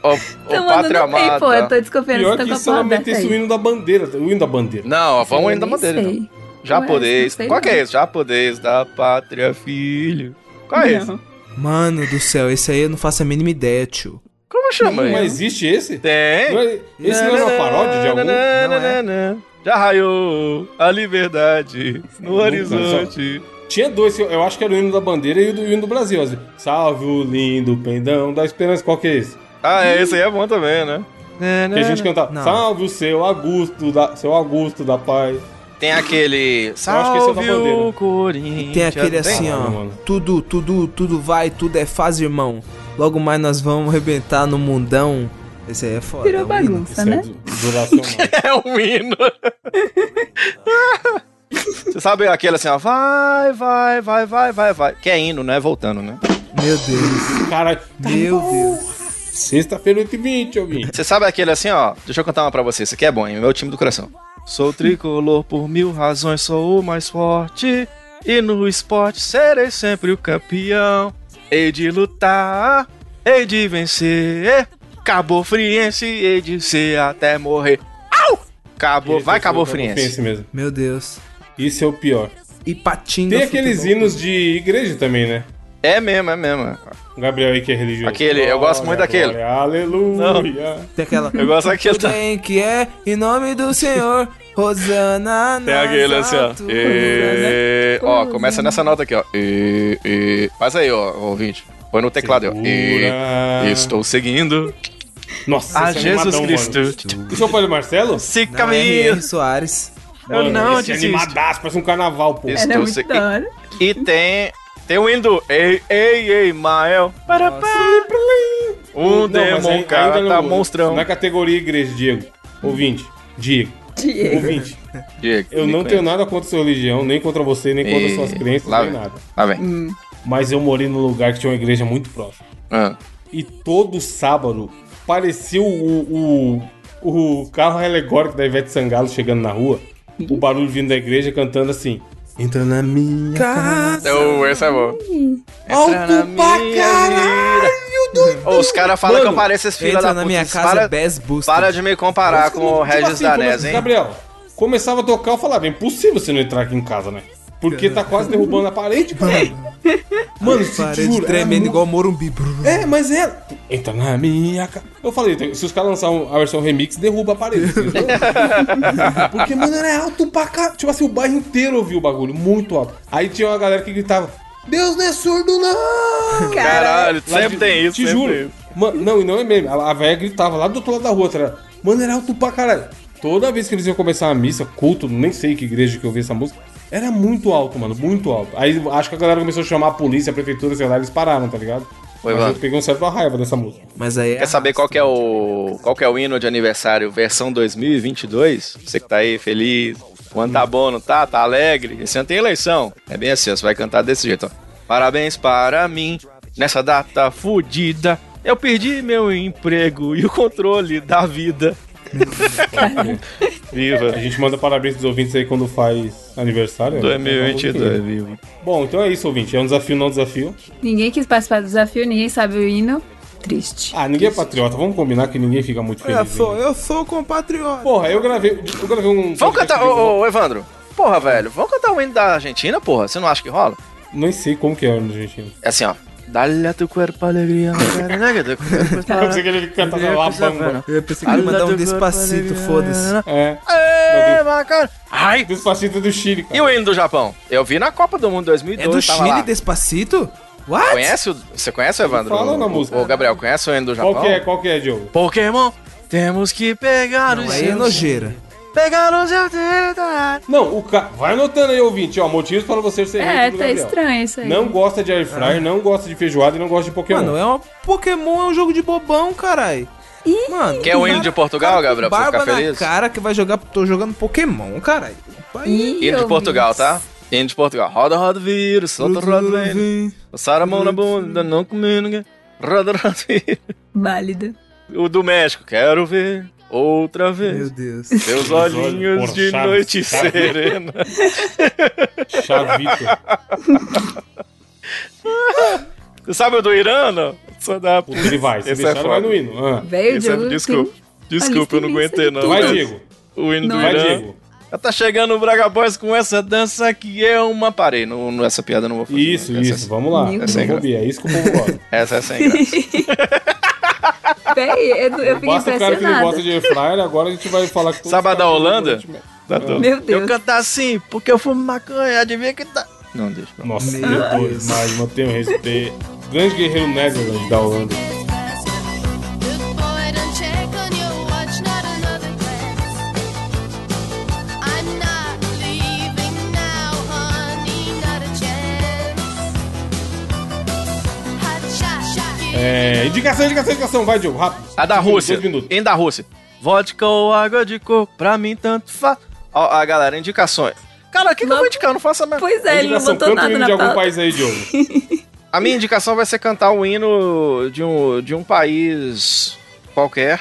Ó,
Tô
o
mandando
pátria
bem, pô. Eu
amada.
tô desconfiando.
Pior
você
que
tá
isso
com a
ela
porta aberta
metesse o
aí.
hino da bandeira. O hino da bandeira.
Não, ó, vamos
Eu
ainda
nem
bandeira, então.
sei.
Japonês.
Ué, não sei
Qual que é
não.
esse? Japonês da pátria, filho. Qual é esse?
Não.
Mano do céu, esse aí eu não faço a mínima ideia, tio.
Como chama
Mas
ele?
existe esse? Não
Tem.
é- Esse não é uma paródia de algum?
algum? é. Já raiou a liberdade no
Nunca,
horizonte.
Tinha dois, eu eu acho que era o hino da bandeira e o do hino do Brasil. assim. Salve o lindo pendão da esperança. Qual que é esse?
Ah, é, esse aí é bom também, né?
Que a gente cantava.
Não.
Salve o seu Augusto da, seu Augusto da paz.
Tem aquele.
acho que esse é o da
Salve o
bandeira.
Corinthians.
Tem aquele
Hum, Tem?
assim,
Caralho,
ó.
mano.
Tudo, tudo, tudo vai, tudo é fase, irmão. Logo mais nós vamos arrebentar no mundão. Esse aí é foda. é
Virou
um hino.
bagunça,
Isso é
né?
du- duração máxima.
É um hino. Você sabe aquele assim, ó. Vai, vai, vai, vai, vai, vai. Que é hino, né? Voltando, né?
Meu Deus.
Caralho.
Tá
Meu Deus.
Sexta-feira, 8h20, eu vim.
Você sabe aquele assim, ó. Deixa eu cantar uma pra você. Isso aqui é bom, hein? Meu time do coração. Sou tricolor por mil razões, sou o mais forte. E no esporte serei sempre o campeão. Hei de lutar, hei de vencer. Cabo Friense, hei de ser até morrer. Au! Cabo, vai Cabo Friense.
Pense mesmo.
Meu Deus.
Isso é o pior.
E patinho
Tem aqueles hinos de igreja também, né?
É mesmo, é mesmo.
O Gabriel aí que é religioso.
Aquele, eu gosto muito daquele.
glória, aleluia.
Tem aquela.
Eu gosto daquele. tá?
Tudo bem que é, em nome do Senhor, Rosana.
Tem
nas
aquele assim, ó.
alturas.
E... Ó,
né?
começa nessa nota aqui, ó. E... E... Faz aí, ó, ouvinte. Põe no teclado, ó. E...
Segura.
Estou seguindo
Nossa,
a
esse
Ah, Jesus
animadão,
Cristo.
Mano. Isso é o pai do Marcelo?
Se
Não,
é
R.R.
caminho.
Soares.
Eu não
esse é
desisto.
animadaço, parece um carnaval, pô.
Esse-
Era
Estou
muito
sequ-
da hora.
E tem. Tem o indo. Ei, ei, ei, Mael. Para,
Nossa.
para, Um
Não, mas
demon,
aí-
cara,
ainda
tá
no-
monstrão.
Na é categoria igreja, Diego. Ouvinte. Diego.
É.
Diego.
Ouvinte.
Diego,
Eu
me
não
conhece.
tenho nada contra a sua religião, nem contra você, nem contra
E-
suas crenças,
lá
nem
vem.
nada.
Lá Ah, vem.
Mas eu morei num lugar que tinha uma igreja muito próxima.
Ah.
E todo sábado parecia o, o, o carro alegórico da Ivete Sangalo chegando na rua. O barulho vindo da igreja cantando assim. Entra na minha
Casa.
Então, esse é bom.
Alto
Entra na
pra
minha
caralho, doido.
Ô, Os caras falam que eu
Mano,
pareço esse filho da
Entra
puta.
na minha
Eles
casa,
é
para,
Bass Booster.
para de me comparar com o
Tipo
Ah, Regis
assim,
Danés,
come-
hein?
Gabriel, começava a tocar, eu falava, é impossível você não entrar aqui em casa, né? Porque tá quase derrubando a parede, cara. Mano, se
Parede
juro, era
tremendo
muito-
igual Morumbi. Brrr.
É, mas é. Entra na minha casa. Eu falei, se os caras lançarem a versão remix, derruba a parede. assim. Porque, mano, era alto pra cá. Tipo assim, o bairro inteiro ouviu o bagulho, muito alto. Aí tinha uma galera que gritava, Deus não é surdo, não!
Caralho,
Lá
sempre
de-
tem isso.
Te
sempre tem
juro.
isso.
Mano, não, e não é meme. A, a velha gritava lá do outro lado da rua, tá ligado? Mano, era alto pra caralho. Toda vez que eles iam começar a missa, culto, nem sei que igreja que eu vi essa música, era muito alto, mano, muito alto. Aí acho que a galera começou a chamar a polícia, a prefeitura, sei lá, eles pararam, tá ligado?
Foi,
Mas
mano.
eu peguei um certo raiva dessa música.
Mas aí é
Quer saber qual que é o qual que é o hino de aniversário versão 2022? Você que tá aí feliz, o ano tá bom, não tá? Tá alegre? Esse ano tem eleição. É bem assim, ó, você vai cantar desse jeito. ó. Parabéns para mim nessa data fodida. Eu perdi meu emprego e o controle da vida. Viva.
A gente manda parabéns pros ouvintes aí quando faz aniversário. né?
2022, viva.
Bom, então é isso, ouvinte. É um desafio, não desafio.
Ninguém quis participar do desafio, ninguém sabe o hino. Triste.
Ah, ninguém é patriota. Vamos combinar que ninguém fica muito
É,
feliz.
Eu sou,
né?
eu sou compatriota.
Porra, eu gravei, eu gravei um.
Vamos cantar,
podcast
ô, ô, Evandro. Porra, velho, vamos cantar o hino da Argentina, porra. Você não acha que rola?
de- Nem sei como que é no argentino.
É assim, ó. Dale a tu cuerpo alegria, carne, que tu cuerpo está-
Eu sei que ele canta na
tá
labamba.
Eu pensei que ele ia
tá
mandar um despacito, foda-se.
É.
Ê, bacana. Ai!
Despacito do Chile, cara.
E o hino do Japão? Eu vi na Copa do Mundo
É
2002.
do
tava
Chile,
lá.
despacito? What?
Conhece o... Você conhece, Evandro?
fala na música.
Ô,
né?
Gabriel, conhece o hino do Japão?
Qual que é? Qual que é, Diogo?
Pokémon, temos que pegar os
Aí é
seus-
nojeira.
Pegar os seus dedos.
Não, o cara. Vai anotando aí, ouvinte, ó. Motivos para você ser
É,
hater Ah, do
tá
Gabriel.
estranho isso aí.
Não gosta de air fryer, não gosta de feijoada e não gosta de Pokémon.
Mano, é uma Pokémon é um jogo de bobão, carai.
Ih,
Mano,
Quer o hino é
cara-
um de Portugal,
cara com
Gabriel, pra
Barba
ficar feliz?
na cara que vai jogar, tô jogando Pokémon, carai. Aí-
Ih,
Hino de
ouvintes.
Portugal, tá? Hino de Portugal. Roda, roda, vira, solta, roda, vira. Passaram a mão na bunda, não comi ninguém. Roda, roda, vira.
Válido.
O do México, quero ver outra
Meu
vez.
Deus.
Seus
olhos
olhinhos de
porchados,
noite
sabe?
serena.
é-
Chavito.
Você sabe o do Irã, não? Só dá
Puta, ele vai. Se
Esse
deixar,
é
ele vai
foda.
no hino. Ah.
Velho,
Esse é-
Diogo.
Desculpa.
tem-
Desculpa, eu não
Olha, isso tem
aguentei, não.
isso
Vai,
Nossa.
Diego.
O hino do
Não. é?
Vai,
Irã.
Diego.
Já tá chegando o Braga Boys com essa dança que é uma. Parei, não, não, essa é piada eu não vou fazer.
Isso,
não.
isso. Vamos lá.
Meu
Não
Deus.
vou ver, É isso que o povo gosta.
Essa, essa é sem graça.
Véi, eu, não- eu fiquei
Basta o cara que não gosta
impressionada.
de air fryer, agora a gente vai falar que... todos os
Sabadão,
caras-
Holanda? Tá tudo.
Meu Deus.
Eu cantar assim, porque eu fumo maconha, adivinha que tá. Não, deixa. Não.
Nossa,
Meu
meu Deus.
Deus.
Mas mantenha o respeito. Grande guerreiro Netherlands da Holanda.
Good boy, don't check on your watch, not another glance. I'm not leaving now, honey, not a chance. Hot shot, shot,
É, indicação, indicação, indicação. Vai, Diogo, rápido.
A da Rússia.
Dois minutos.
Em da Rússia. Vodka ou água de coco, pra mim tanto faz. Ó, a galera, indicações. Cara, o que, que eu
Não.
vou indicar? Eu não faço a minha.
Pois é, ele não
Indicação,
botou
canta o
nada
hino
na
de algum
pauta.
país aí, Diogo.
A minha indicação vai ser cantar o hino de um, de um país qualquer.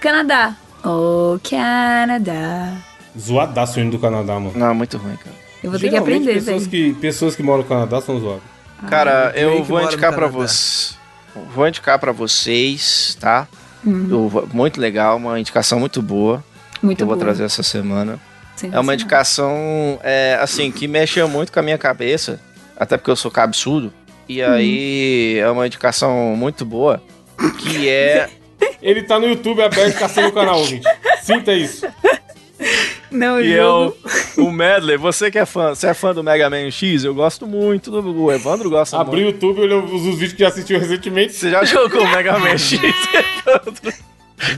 Canadá. Oh, Canadá.
Zoadaço o hino do Canadá, mano.
Não, muito ruim, cara.
Eu vou ter que
Geralmente,
aprender,
pessoas
velho.
que, pessoas que moram no Canadá são zoadas.
Ah,
Cara,
Drake
eu vou
mora no
indicar pra
Canadá.
vocês. Vou indicar pra vocês, tá?
Ah,
Eu vou- muito legal, uma indicação muito boa
hum, Muito
que eu vou
boa.
trazer essa semana. É
Sensacional.
uma indicação, é, assim, que mexeu muito com a minha cabeça, até porque eu sou cabeçudo. E
Uhum.
aí é uma indicação muito boa, que é...
Ele tá no YouTube aberto, caçando o canal, gente. Sinta isso.
Não,
que é
jogo.
o, o Medley. Você que é fã, você é fã do Mega Man X? Eu gosto muito, do, o Evandro gosta
Tá
Abriu
muito.
o YouTube e olhou os, os vídeos que assistiu recentemente.
Você já jogou o Mega Man X, Evandro?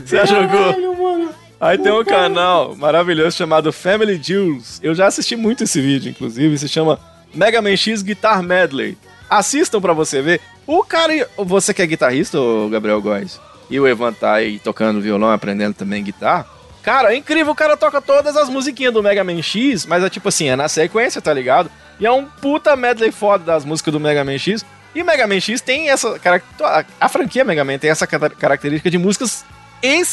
Você já jogou?
mano.
Aí tem um canal maravilhoso chamado Family Jewels. Eu já assisti muito esse vídeo, inclusive. Se chama Mega Man X Guitar Medley. Assistam pra você ver. O cara. Você que é guitarrista, ô Gabriel Góes? E o Evan tá aí tocando violão, aprendendo também guitarra. Cara, é incrível, o cara toca todas as musiquinhas do Mega Man X, mas é tipo assim, é na sequência, tá ligado? E é um puta medley foda das músicas do Mega Man X. E o Mega Man X tem essa. carac- A, a franquia Mega Man tem essa cara- característica de músicas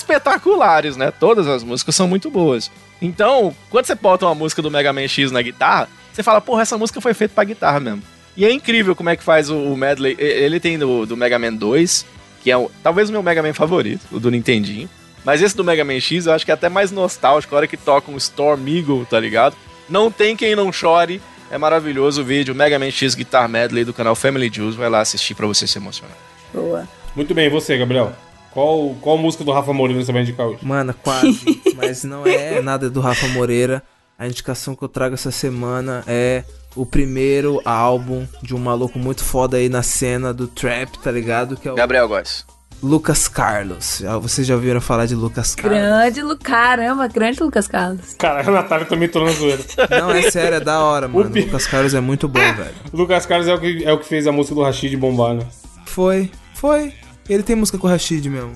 espetaculares, né? Todas as músicas são muito boas. Então, quando você bota uma música do Mega Man X na guitarra, você fala, porra, essa música foi feita pra guitarra mesmo. E é incrível como é que faz o, o medley. E- Ele tem do, do Mega Man 2, que é o- talvez o meu Mega Man favorito, o do Nintendinho. Mas esse do Mega Man X eu acho que é até mais nostálgico, a hora que toca um Storm Eagle, tá ligado? Não tem quem não chore. É maravilhoso o vídeo, Mega Man X Guitar Medley do canal Family Juice. Vai lá assistir pra você se emocionar.
Boa.
Muito bem, e você, Gabriel? Qual, qual música do Rafa Moreira você vai indicar hoje?
Mano, quase. mas não é nada do Rafa Moreira. A indicação que eu trago essa semana é o primeiro álbum de um maluco muito foda aí na cena do trap, tá ligado? Que é o
Gabriel Góes.
Lucas Carlos. Ah, Vocês já ouviram falar de Lucas Carlos?
Grande, Lu... caramba, grande Lucas Carlos.
Cara, a Natália também tô na zoeira.
Não, é sério, é da hora, mano.
pi-
Lucas Carlos é muito bom, velho.
O Lucas Carlos é o, que, é o que fez a música do Rashid bombar, né?
Foi, foi. Ele tem música com o Rashid mesmo.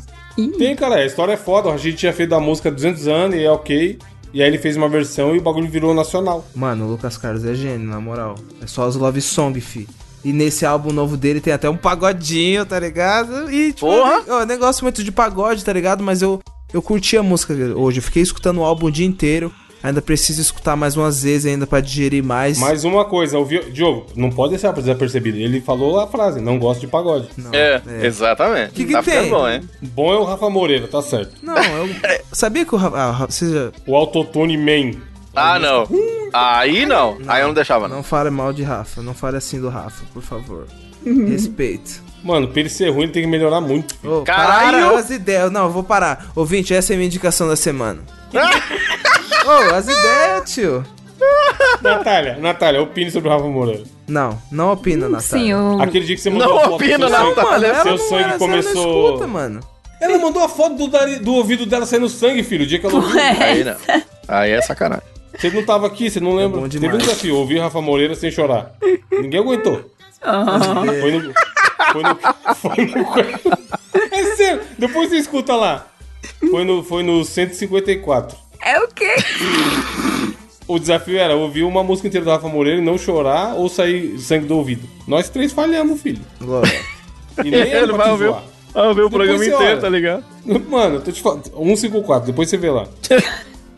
Tem, cara, a história é foda. O Rashid tinha feito a música há 200 anos e é ok. E aí ele fez uma versão e o bagulho virou nacional.
Mano, o Lucas Carlos é gênio, na moral. É só os love song, fi. E nesse álbum novo dele tem até um pagodinho, tá ligado? E, tipo,
Porra!
eu, eu, negócio muito de pagode, tá ligado? Mas eu, Eu curti a música hoje, eu fiquei escutando o álbum o dia inteiro. Ainda preciso escutar mais umas vezes ainda pra digerir mais.
Mais uma coisa, o Vi- Diogo, não pode deixar desapercebido. Ele falou a frase, não gosto de pagode.
É, exatamente.
Que que
tá
tem?
ficando bom, hein?
Bom é o Rafa Moreira, tá certo.
Não, eu sabia que o Rafa, ah, o Rafa- você já-
O autotune man.
Ah, não. Aí não. Aí eu não deixava, não.
não fale mal de Rafa, não fale assim do Rafa, por favor. Respeito.
Mano, pra ele ser ruim, ele tem que melhorar muito.
Ô,
Caralho!
para as ideias. Não, eu vou parar. Ouvinte, essa é a minha indicação da semana. Ô, as ideias, tio.
Natália, Natália, opine sobre o Rafa Moreira.
Não, não opina, Natália.
Hum, Sim,
Tá.
o...
Aquele dia que você mandou
Não
a foto. seu
opino, não,
sangue-
Natália.
Seu
não
sangue
era- Ela
começou.
não escuta, mano.
Ela mandou a foto do, dari- do ouvido dela saindo sangue, filho, o dia que ela ouviu.
é.
Aí não. é. Aí é sacanagem.
Você não tava aqui, você
É
não lembra.
bom
Teve
demais.
um desafio, ouvir Rafa Moreira sem chorar. Ninguém aguentou. Foi no. Foi no. Foi no. É sério, depois você escuta lá. Foi no, foi no 154.
É o quê?
O desafio era ouvir uma música inteira do Rafa Moreira e não chorar ou sair sangue do ouvido. Nós três falhamos, filho.
Glória.
E nem era pra te zoar.
Vai ouvir o
programa inteiro, tá
ligado?
Mano, eu tô te falando. 154, depois você vê lá.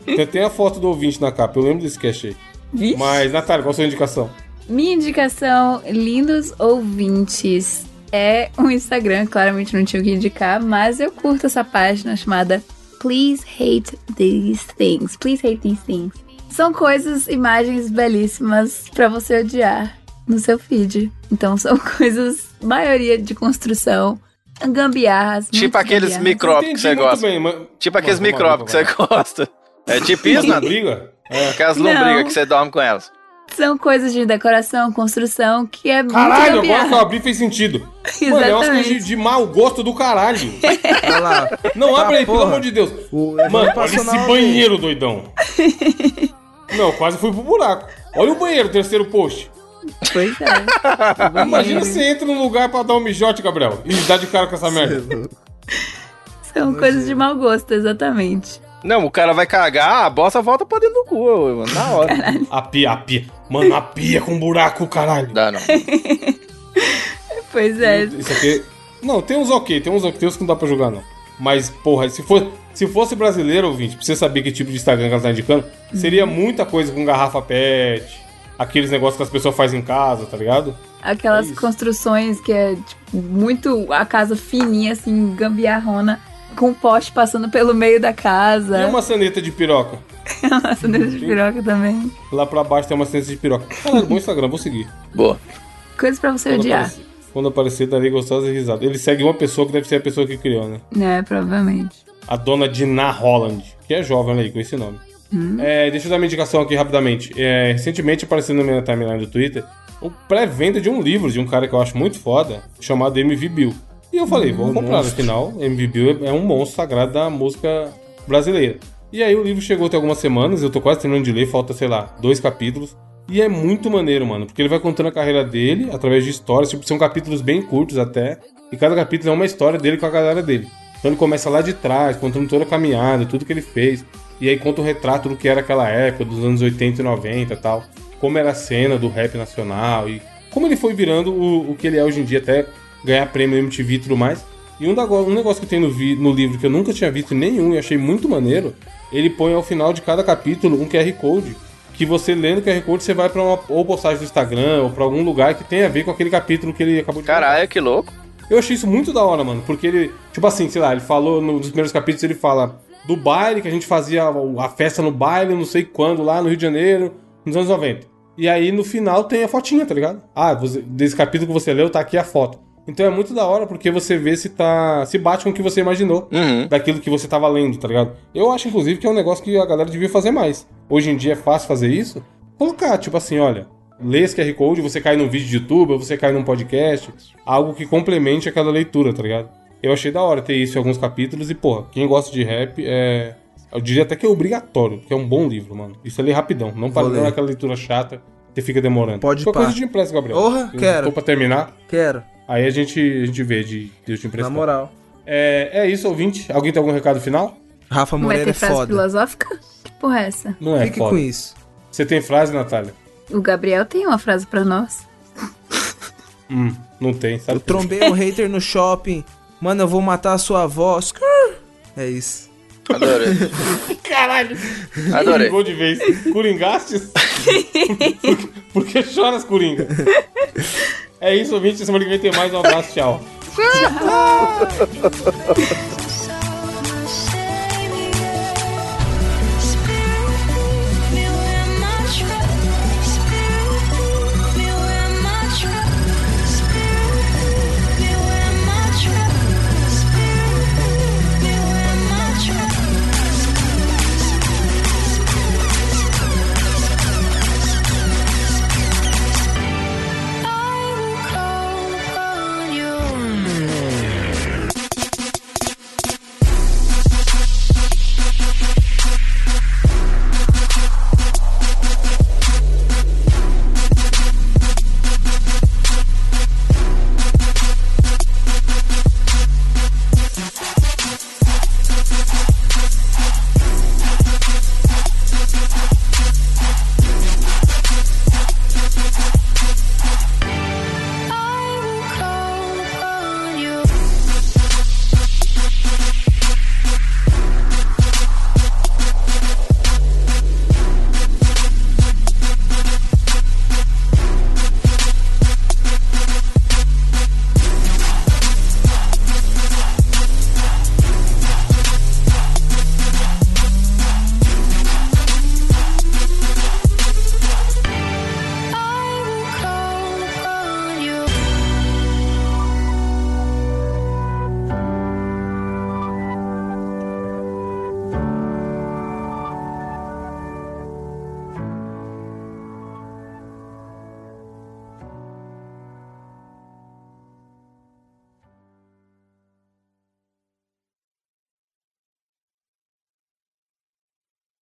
Tem até a foto do ouvinte na capa, eu lembro desse cast aí.
Vixe.
Mas, Natália, qual a sua indicação?
Minha indicação, lindos ouvintes, é um Instagram, claramente não tinha o que indicar, mas eu curto essa página chamada Please Hate These Things. Please Hate These Things. São coisas, imagens belíssimas pra você odiar no seu feed. Então são coisas, maioria de construção, gambiarras.
Tipo
muitas
aqueles
gambiarras.
micróbios que
Entendi
você
muito
gosta.
bem, mas-
Tipo aqueles
Mano,
micróbios que você
vai,
gosta. É tipo
vai,
isso,
vai.
Nando?
Briga? É.
Aquelas
Não.
lombrigas que você dorme com elas.
São coisas de decoração, construção, que é
Caralho,
muito
agora que
gambiarra.
eu abri fez sentido. Mano, é umas coisas de,
Exatamente.
de mau gosto do caralho.
Olha lá.
Não,
Tá,
abre aí, pelo
porra.
amor de Deus.
O
Mano, olha
passou na
esse
hora
banheiro, doidão. Não, eu quase fui pro buraco. Olha o banheiro, terceiro post.
Pois é.
Imagina se entra num lugar pra dar um mijote, Gabriel, e dá de cara com essa merda.
São coisas de mau gosto, exatamente.
Não, o cara vai cagar, a bosta volta pra dentro do cu, ô, mano. Na hora.
A pia, a pia. Mano, a pia com buraco, caralho.
Dá, não.
Pois é.
Isso aqui. Não, tem uns ok, tem uns ok, tem uns que não dá pra julgar, não. Mas, porra, se, for, se fosse brasileiro, ouvinte, pra você saber que tipo de Instagram que ela tá indicando, seria muita coisa com garrafa pet, aqueles negócios que as pessoas fazem em casa, tá ligado?
Aquelas
É isso.
construções que é tipo, muito a casa fininha, assim, gambiarrona, com um poste passando pelo meio da casa.
E uma saneta de piroca.
Nossa, dedo de piroca também.
Lá pra baixo tem uma saneta de piroca. Caralho, bom Instagram, vou seguir.
Boa.
Coisas pra você
Quando
odiar,
aparecer, quando aparecer, darei gostosa risada. Ele segue uma pessoa que deve ser a pessoa que criou, né?
né? Provavelmente.
A dona Dina Holland, que é jovem olha aí, com esse nome. É, deixa eu dar uma indicação aqui rapidamente. É, recentemente apareceu na minha timeline do Twitter o pré-venda de um livro de um cara que eu acho muito foda, chamado MV Bill. E eu falei, vou comprar, afinal, MV Bill é é um monstro sagrado da música brasileira. E aí o livro chegou tem algumas semanas, eu tô quase terminando de ler, falta, sei lá, dois capítulos. E é muito maneiro, mano, porque ele vai contando a carreira dele através de histórias, tipo, são capítulos bem curtos até, e cada capítulo é uma história dele com a galera dele. Então ele começa lá de trás, contando toda a caminhada, tudo que ele fez, e aí conta o retrato do que era aquela época, dos anos 80 e 90 e tal, como era a cena do rap nacional e como ele foi virando o, o que ele é hoje em dia, até ganhar prêmio MTV e tudo mais. E um, dago- um negócio que tem no, vi- no livro que eu nunca tinha visto em nenhum e achei muito maneiro, ele põe ao final de cada capítulo um QR Code. Que você lendo o QR Code, você vai pra uma ou postagem do Instagram ou pra algum lugar que tenha a ver com aquele capítulo que ele acabou de contar.
Caralho, que louco.
Eu achei isso muito da hora, mano, porque ele, tipo assim, sei lá, ele falou no- nos primeiros capítulos, ele fala do baile, que a gente fazia a, a festa no baile, não sei quando, lá no Rio de Janeiro, nos anos 90. E aí no final tem a fotinha, tá ligado? Ah, você- desse capítulo que você leu, tá aqui a foto. Então é muito da hora, porque você vê se tá. se bate com o que você imaginou
Uhum.
daquilo que você tava lendo, tá ligado? Eu acho, inclusive, que é um negócio que a galera devia fazer mais. Hoje em dia é fácil fazer isso. Colocar, tipo assim, olha, lê esse QR Code, você cai num vídeo de YouTube, ou você cai num podcast, algo que complemente aquela leitura, tá ligado? Eu achei da hora ter isso em alguns capítulos e, porra, quem gosta de rap é. Eu diria até que é obrigatório, porque é um bom livro, mano. Isso é ler rapidão, não para
ler.
não é aquela leitura chata que fica demorando.
Pode
Qualquer
pá.
coisa de impresso, Gabriel.
Porra,
Eu
quero.
Tô pra terminar.
Quero,
Aí a gente, a gente vê de Deus te
na
emprestar.
moral.
É, é isso, ouvinte. Alguém tem algum recado final?
Rafa
Não vai
Moreira
ter
é
frase
foda.
filosófica? Que porra é essa?
Não é,
Fique
foda.
com isso.
Você tem frase, Natália?
O Gabriel tem uma frase pra nós.
Hum, não tem,
Eu
sabe?
trombei um hater no shopping. Mano, eu vou matar a sua avó. Skrr. É isso.
Adorei.
Caralho!
Adorei.
Coringou de vez. Coringastes? Por que choras, Coringa? É isso, ouvinte. Semana que vem tem mais. Um abraço, tchau.
Tchau.